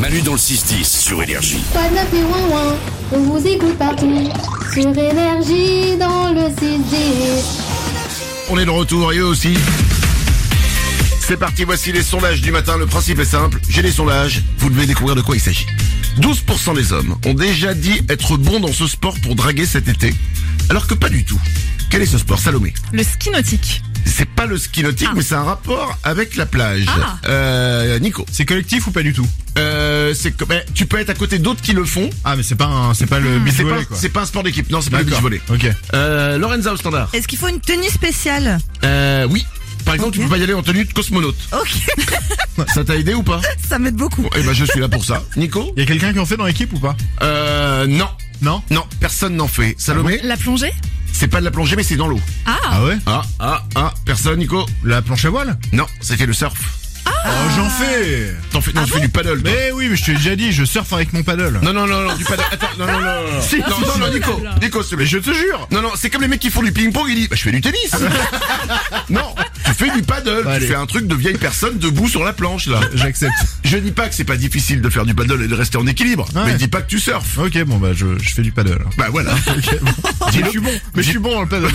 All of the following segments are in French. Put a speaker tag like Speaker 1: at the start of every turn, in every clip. Speaker 1: Manu dans le 6-10 sur Énergie.
Speaker 2: Pas de neuf ni ouin ouin, e on vous écoute partout. Sur Énergie dans le 6-10.
Speaker 1: On est de retour et eux aussi. C'est parti, voici les sondages du matin. Le principe est simple, j'ai les sondages, vous devez découvrir de quoi il s'agit. 12% des hommes ont déjà dit être bons dans ce sport pour draguer cet été, alors que pas du tout. Quel est ce sport, Salomé
Speaker 3: Le ski nautique.
Speaker 1: C'est pas le ski nautique, mais c'est un rapport avec la plage.
Speaker 3: Ah.
Speaker 1: Euh, Nico,
Speaker 4: C'est collectif ou pas du tout
Speaker 1: euh, c'est que- ben, tu peux être à côté d'autres qui le font,
Speaker 4: Ah mais c'est pas un, c'est pas le
Speaker 1: mais
Speaker 4: beach
Speaker 1: Hmm. c'est pas,
Speaker 4: volley, quoi.
Speaker 1: c'est pas un sport d'équipe. Non, c'est pas le beach
Speaker 4: D'accord.
Speaker 1: volley.
Speaker 4: Ok.
Speaker 1: Euh, Lorenza au standard.
Speaker 5: Est-ce qu'il faut une tenue spéciale
Speaker 1: Euh, oui. Par exemple, tu peux pas y aller en tenue de cosmonaute.
Speaker 5: Ok,
Speaker 1: Ça t'a aidé ou pas
Speaker 5: ça m'aide beaucoup.
Speaker 1: Bon, Eh ben, je suis là pour ça. Nico
Speaker 4: Y a quelqu'un qui en fait dans l'équipe ou pas
Speaker 1: Euh, non.
Speaker 4: Non
Speaker 1: Non, personne n'en fait. Salomé
Speaker 3: La plongée
Speaker 1: C'est pas de la plongée, mais c'est dans l'eau.
Speaker 3: Ah
Speaker 4: Ah ouais
Speaker 1: Ah, ah, ah, personne, Nico
Speaker 4: La planche à voile
Speaker 1: Non, c'était le surf.
Speaker 4: Oh j'en fais
Speaker 1: T'en fais, non, tu fais du paddle. toi.
Speaker 4: Ah Mais oui mais je t'ai déjà dit, je surfe avec mon paddle.
Speaker 1: Non, non, non, non, du paddle. Attends, non, non, non, non. non.
Speaker 4: Si,
Speaker 1: non,
Speaker 4: si,
Speaker 1: non,
Speaker 4: si.
Speaker 1: non, Nico, Nico, s'il te plaît.
Speaker 4: Je te jure
Speaker 1: Non, non, c'est comme les mecs qui font du ping-pong, ils disent, bah, je fais du tennis. non, tu fais du paddle, tu
Speaker 4: Bah, Allez.
Speaker 1: fais un truc de vieille personne debout sur la planche, là.
Speaker 4: J'accepte.
Speaker 1: Je dis pas que c'est pas difficile de faire du paddle et de rester en équilibre,
Speaker 4: Ouais.
Speaker 1: mais dis pas que tu surfes.
Speaker 4: Ok bon bah je, je fais du paddle. alors.
Speaker 1: Bah voilà.
Speaker 4: Mais je suis bon, mais je suis bon dans le paddle.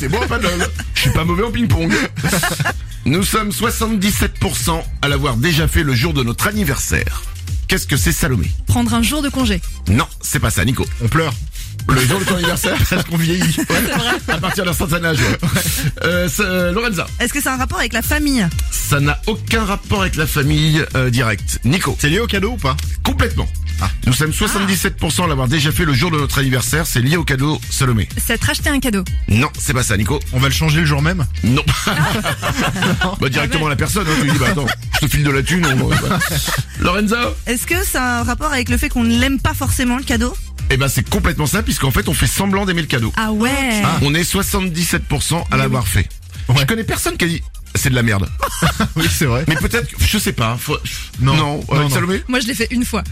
Speaker 1: T'es bon au paddle. Je suis pas mauvais au ping-pong. Nous sommes 77% à l'avoir déjà fait le jour de notre anniversaire. Qu'est-ce que c'est Salomé
Speaker 3: Prendre un jour de congé.
Speaker 1: Non, c'est pas ça, Nico.
Speaker 4: On pleure.
Speaker 1: Le jour de ton anniversaire
Speaker 4: Parce qu'on vieillit.
Speaker 1: À partir d'un certain âge, ouais. Euh, c'est, euh, Lorenza.
Speaker 5: Est-ce que c'est un rapport avec la famille
Speaker 1: Ça n'a aucun rapport avec la famille euh, directe. Nico.
Speaker 4: C'est lié au cadeau ou pas
Speaker 1: Complètement. Nous sommes 77% à l'avoir déjà fait le jour de notre anniversaire. C'est lié au cadeau Salomé.
Speaker 3: S'être acheté un cadeau.
Speaker 1: Non, c'est pas ça, Nico.
Speaker 4: On va le changer le jour même
Speaker 1: Non. bah directement à la personne, hein, tu lui dis bah attends, je te file de la thune. on- bah. Lorenza
Speaker 5: Est-ce que c'est un rapport avec le fait qu'on ne l'aime pas forcément le cadeau
Speaker 1: Eh ben c'est complètement ça puisqu'en fait on fait semblant d'aimer le cadeau.
Speaker 3: Ah ouais
Speaker 1: On est 77% à l'avoir fait.
Speaker 4: Ouais.
Speaker 1: Je connais personne qui a dit c'est de la merde.
Speaker 4: Oui c'est vrai.
Speaker 1: Mais peut-être que- je sais pas. faut-
Speaker 4: Non.
Speaker 1: avec
Speaker 4: Non, non.
Speaker 1: Salomé
Speaker 3: Moi je l'ai fait une fois.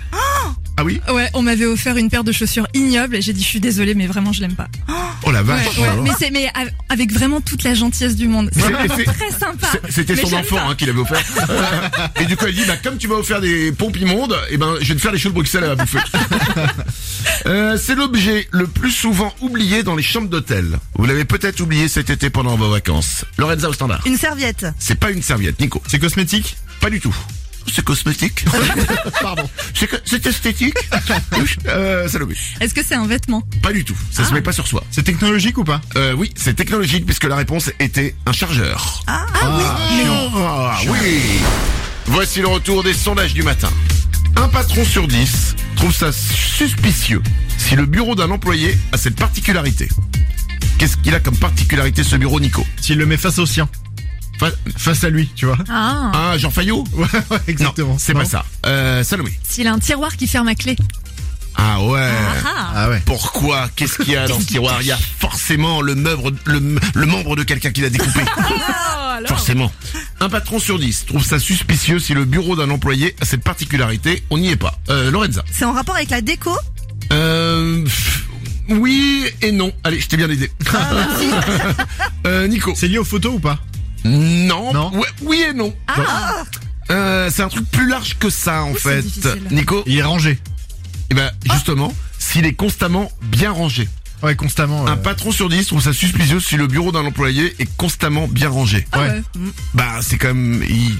Speaker 1: Ah oui.
Speaker 3: Ouais, on m'avait offert une paire de chaussures ignobles et j'ai dit je suis désolée mais vraiment je l'aime pas.
Speaker 1: Oh la
Speaker 3: Ouais,
Speaker 1: vache.
Speaker 3: ouais, Mais c'est mais av- avec vraiment toute la gentillesse du monde.
Speaker 1: C'est-
Speaker 3: C'est
Speaker 1: c'est-
Speaker 3: très sympa.
Speaker 1: C'est- C'était
Speaker 3: Mais
Speaker 1: son
Speaker 3: j'aime
Speaker 1: enfant
Speaker 3: pas.
Speaker 1: hein, qui l'avait offert. et du coup, elle dit bah, comme tu m'as offert des pompes immondes, et ben, je vais te faire les choux de Bruxelles à bouffer. euh, c'est l'objet le plus souvent oublié dans les chambres d'hôtel. Vous l'avez peut-être oublié cet été pendant vos vacances. Lorenza au standard.
Speaker 5: Une serviette
Speaker 1: C'est pas une serviette, Nico.
Speaker 4: C'est cosmétique
Speaker 1: Pas du tout. C'est cosmétique. Pardon. C'est co- c'est esthétique. euh, Salomé.
Speaker 3: Est-ce que c'est un vêtement
Speaker 1: Pas du tout. Ça se met pas sur soi.
Speaker 4: C'est technologique ou pas
Speaker 1: Euh, oui, c'est technologique puisque la réponse était un chargeur.
Speaker 5: Ah, ah oui
Speaker 1: Ah oui Voici le retour des sondages du matin. Un patron sur dix trouve ça suspicieux si le bureau d'un employé a cette particularité. Qu'est-ce qu'il a comme particularité ce bureau, Nico
Speaker 4: S'il le met face au sien.
Speaker 1: Fa-
Speaker 4: Face à lui, tu vois.
Speaker 3: Ah
Speaker 1: Ah, Jean Fayot
Speaker 4: Ouais, ouais, exactement.
Speaker 1: Non, c'est
Speaker 4: Non
Speaker 1: pas ça. Euh, Salomé.
Speaker 3: S'il a un tiroir qui ferme à clé.
Speaker 1: Ah ouais
Speaker 3: Ah
Speaker 4: Ah ouais.
Speaker 1: Pourquoi Qu'est-ce qu'il y a dans ce tiroir Il y a forcément le, meuble, le, le membre de quelqu'un qui l'a découpé.
Speaker 3: Ah,
Speaker 1: Forcément. Un patron sur dix trouve ça suspicieux si le bureau d'un employé a cette particularité. On n'y est pas. Euh, Lorenza.
Speaker 5: C'est en rapport avec la déco
Speaker 1: Euh, pff, oui et non. Allez, je t'ai bien aidé.
Speaker 3: Ah,
Speaker 1: euh, Nico.
Speaker 4: C'est lié aux photos ou pas
Speaker 1: Non.
Speaker 4: Non.
Speaker 1: Ouais, oui et non. Euh, c'est un truc plus large que ça en
Speaker 3: Ah. c'est
Speaker 1: fait.
Speaker 3: difficile.
Speaker 1: Nico.
Speaker 4: Il est rangé.
Speaker 1: Eh ben justement, s'il est constamment bien rangé.
Speaker 4: Ouais, constamment.
Speaker 1: Un
Speaker 4: euh,
Speaker 1: patron sur 10 trouve ça suspicieux si le bureau d'un employé est constamment bien rangé.
Speaker 3: Ah
Speaker 4: ouais.
Speaker 3: ouais.
Speaker 1: Bah c'est quand même. il-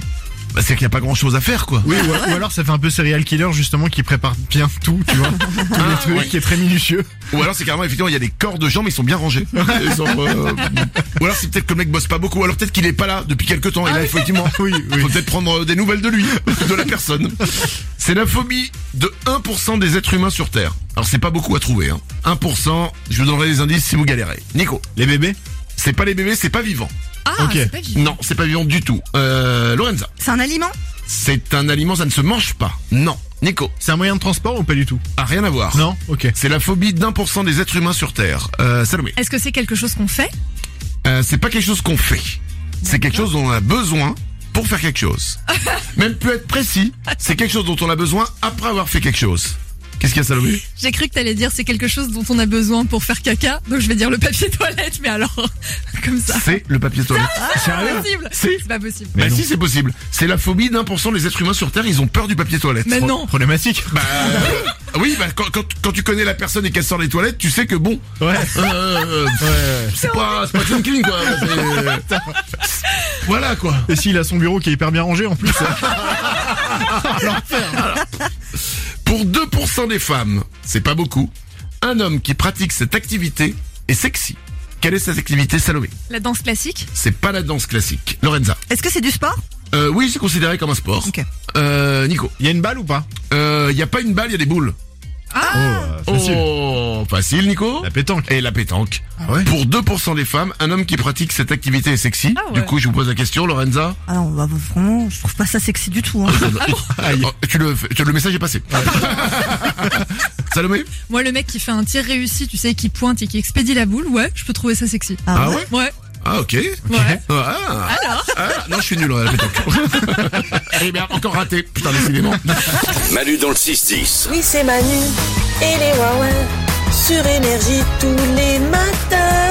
Speaker 1: bah, c'est qu'il n'y a pas grand chose à faire quoi.
Speaker 4: Oui, ou, ou alors ça fait un peu serial killer justement qui prépare bien tout, tu vois. Tous les trucs,
Speaker 1: ouais.
Speaker 4: qui est très minutieux.
Speaker 1: Ou alors c'est carrément effectivement il y a des corps de gens mais ils sont bien rangés. Ils sont, euh, Ou alors c'est peut-être que le mec bosse pas beaucoup. Ou alors peut-être qu'il est pas là depuis quelques temps. Et là effectivement,
Speaker 4: Ah Oui, oui.
Speaker 1: faut peut-être prendre euh, des nouvelles de lui, de la personne. C'est la phobie de 1% des êtres humains sur Terre. Alors c'est pas beaucoup à trouver. Hein. 1%. Je vous donnerai des indices si vous galérez. Nico,
Speaker 4: Les bébés
Speaker 1: c'est pas les bébés, c'est pas vivant.
Speaker 3: Ah,
Speaker 4: Ok.
Speaker 3: c'est pas vivant.
Speaker 1: Non, c'est pas vivant du tout. Euh, Lorenza,
Speaker 5: C'est un aliment
Speaker 1: c'est un aliment, ça ne se mange pas. Non. Nico,
Speaker 4: C'est un moyen de transport ou pas du tout
Speaker 1: a rien à voir.
Speaker 4: Non Ok.
Speaker 1: C'est la phobie d'un pour cent des êtres humains sur Terre. Euh, Salomé.
Speaker 3: Est-ce que c'est quelque chose qu'on fait
Speaker 1: Euh, c'est pas quelque chose qu'on fait. C'est quelque chose dont on a besoin pour faire quelque chose. Même plus être précis, c'est quelque chose dont on a besoin après avoir fait quelque chose. Qu'est-ce qu'il y a, Salomé
Speaker 3: J'ai cru que t'allais dire c'est quelque chose dont on a besoin pour faire caca, donc je vais dire le papier toilette, mais alors, comme ça.
Speaker 1: C'est le papier toilette.
Speaker 3: C'est pas
Speaker 4: Sérieux
Speaker 3: possible.
Speaker 1: Si.
Speaker 3: C'est pas possible.
Speaker 1: Bah
Speaker 4: Mais non.
Speaker 1: si, c'est possible. C'est la phobie d'un pour cent des êtres humains sur Terre, ils ont peur du papier toilette.
Speaker 3: Mais non.
Speaker 4: Problématique.
Speaker 1: Bah oui, bah quand, quand, quand tu connais la personne et qu'elle sort les toilettes, tu sais que bon,
Speaker 4: Ouais.
Speaker 1: euh,
Speaker 4: ouais.
Speaker 1: c'est pas c'est pas clean clean quoi. C'est- Voilà quoi.
Speaker 4: Et s'il a son bureau qui est hyper bien rangé en plus.
Speaker 1: Pour 2% des femmes, c'est pas beaucoup. Un homme qui pratique cette activité est sexy. Quelle est cette activité, Salomé
Speaker 3: La danse classique
Speaker 1: C'est pas la danse classique. Lorenza.
Speaker 5: Est-ce que c'est du sport
Speaker 1: Euh, oui, c'est considéré comme un sport.
Speaker 5: Ok.
Speaker 1: Euh, Nico.
Speaker 4: Il y a une balle ou pas
Speaker 1: Euh, y a pas une balle, y a des boules.
Speaker 4: Oh, euh, facile.
Speaker 1: Oh, facile, Nico.
Speaker 4: La pétanque.
Speaker 1: et la pétanque.
Speaker 4: Ah ouais
Speaker 1: Pour 2% des femmes, un homme qui pratique cette activité est sexy.
Speaker 3: Ah ouais.
Speaker 1: Du coup, je vous pose la question, Lorenza.
Speaker 5: Ah non, bah, vraiment, je trouve pas ça sexy du tout. hein.
Speaker 3: Ah
Speaker 1: Aïe. Oh, tu le, tu- le message est passé. Salomé
Speaker 3: Moi, le mec qui fait un tir réussi, tu sais, qui pointe et qui expédie la boule, ouais, je peux trouver ça sexy.
Speaker 5: Ah
Speaker 1: ouais
Speaker 3: Ouais.
Speaker 1: Ah, ok.
Speaker 3: Ouais.
Speaker 1: Ah,
Speaker 3: Alors
Speaker 1: ah, non, je suis nul à la pétanque. Eh bien, encore raté. Putain, décidément.
Speaker 6: Manu dans le 6-10.
Speaker 7: Oui, c'est Manu et les Wawa sur Énergie tous les matins.